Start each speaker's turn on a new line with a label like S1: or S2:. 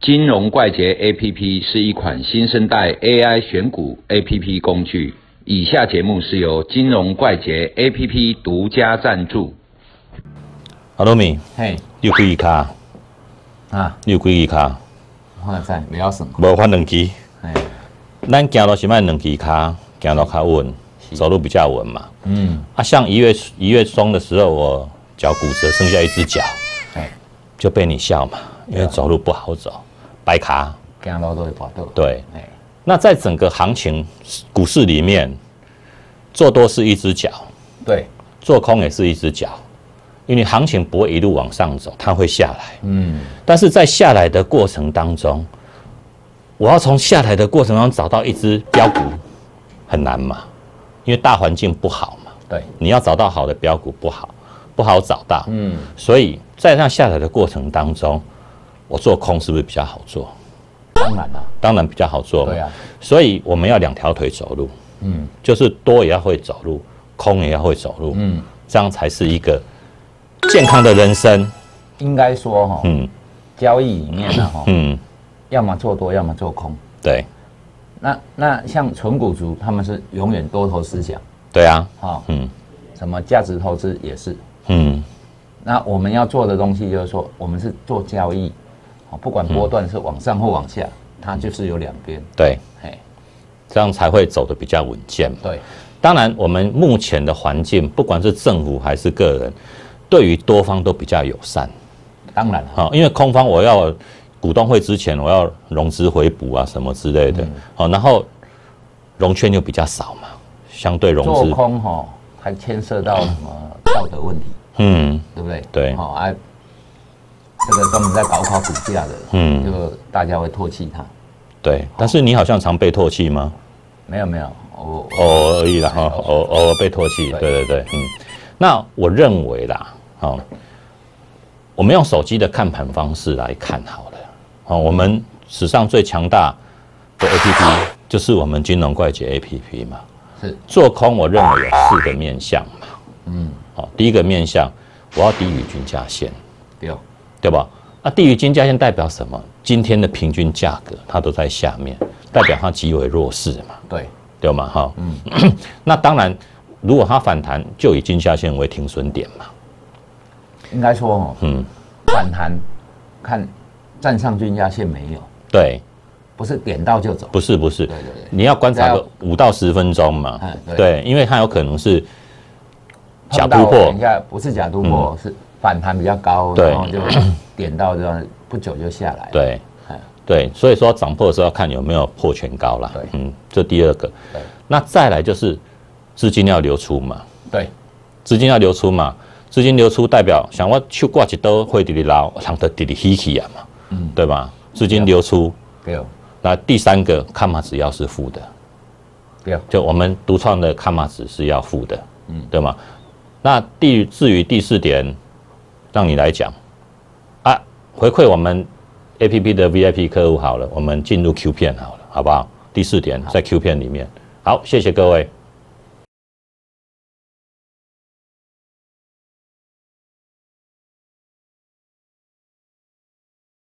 S1: 金融怪杰 APP 是一款新生代 AI 选股 APP 工具。以下节目是由金融怪杰 APP 独家赞助。
S2: 阿罗米，
S3: 嘿，
S2: 你有几支卡？
S3: 啊，
S2: 你有几支卡？
S3: 我也知，袂晓算。
S2: 无翻两支，
S3: 嘿，
S2: 咱行路是卖两支卡，行路较稳，走路比较稳嘛。
S3: 嗯，
S2: 啊，像一月一月中的时候，我脚骨折，剩下一只脚，
S3: 嘿，
S2: 就被你笑嘛，因为走路不好走，白卡。
S3: 行路都会跋倒。
S2: 对，
S3: 嘿，
S2: 那在整个行情股市里面，做多是一只脚，
S3: 对，
S2: 做空也是一只脚，因为行情不会一路往上走，它会下来。
S3: 嗯，
S2: 但是在下来的过程当中，我要从下来的过程当中找到一只标股，很难嘛，因为大环境不好嘛，
S3: 对，
S2: 你要找到好的标股不好，不好找到。
S3: 嗯，
S2: 所以在那下来的过程当中，我做空是不是比较好做？
S3: 当然啦，
S2: 当然比较好做嘛。
S3: 对啊，
S2: 所以我们要两条腿走路，
S3: 嗯
S2: 就是多也要会走路，空也要会走路，
S3: 嗯，
S2: 这样才是一个健康的人生。
S3: 应该说哈，
S2: 嗯
S3: 交易里面呢，哈，
S2: 嗯，
S3: 要么做多，要么做空。
S2: 对
S3: 那那像纯股族，他们是永远多头思想，
S2: 对啊，
S3: 哈，
S2: 嗯
S3: 什么价值投资也是。
S2: 嗯。
S3: 那我们要做的东西就是说，我们是做交易，好，不管波段是往上或往
S2: 嗯
S3: 下，它就是有两边。
S2: 对，
S3: 嘿，
S2: 这样才会走得比较稳健嘛。
S3: 对，
S2: 当然，我们目前的环境，不管是政府还是个人，对于多方都比较友善。
S3: 当然了，
S2: 好、因为空方我要股东会之前我要融资回补啊什么之类的，好、然后融券又比较少嘛，相对融
S3: 做
S2: 资，
S3: 空哈还牵涉到什么道德问题，
S2: 嗯，
S3: 对不对？
S2: 对
S3: 好啊，这个专门在搞垮股价的，
S2: 嗯
S3: 就大家会唾弃他。
S2: 对。但是你好像常被唾弃吗？
S3: 没有没有，我
S2: 偶尔而已啦，哈，偶偶尔被唾弃，
S3: 对
S2: 对对对，嗯。那我认为啦，好、我们用手机的看盘方式来看好了。好、我们史上最强大的 APP 就是我们金融怪杰 APP 嘛。
S3: 是
S2: 做空，我认为有四个面向嘛。嗯，好、第一个面向，我要低于均价线，
S3: 对，
S2: 对吧？那低于均价线代表什么？今天的平均价格它都在下面，代表它极为弱势嘛。
S3: 对，
S2: 对吗？哈，嗯， 那当然，如果它反弹，就以金下线为停损点嘛。
S3: 应该说哦，
S2: 嗯，
S3: 反弹看站上均价线没有，
S2: 对，
S3: 不是点到就走。
S2: 不是不是，
S3: 对对对，
S2: 你要观察
S3: 要
S2: 个五到十分钟嘛
S3: 嗯。对哎
S2: 对，因为它有可能是假
S3: 碰到
S2: 突破嗯
S3: 等一，下不是假突破，是反弹比较高，
S2: 对
S3: 然后就点到这样，不久就下来。，
S2: 对
S3: 嗯
S2: 对，所以说涨破的时候要看有没有破前高啦
S3: 对。
S2: 嗯，这第二个
S3: 对。
S2: 那再来就是资金要流出嘛，
S3: 对，
S2: 资金要流出嘛，资金流出代表想我手挂一刀会直直捞，人就直直稀起啊嘛，嗯，对吧？资金流出。
S3: 对哦
S2: 那第三个看码值要是负的，
S3: 对哦，
S2: 就我们独创的看码值是要负的，嗯，对吗？那第至于第四点，让你来讲啊，回馈我们 A P P 的 V I P 客户好了，我们进入 Q 片好了，好不好？第四点在 Q 片里面，好，谢谢各位。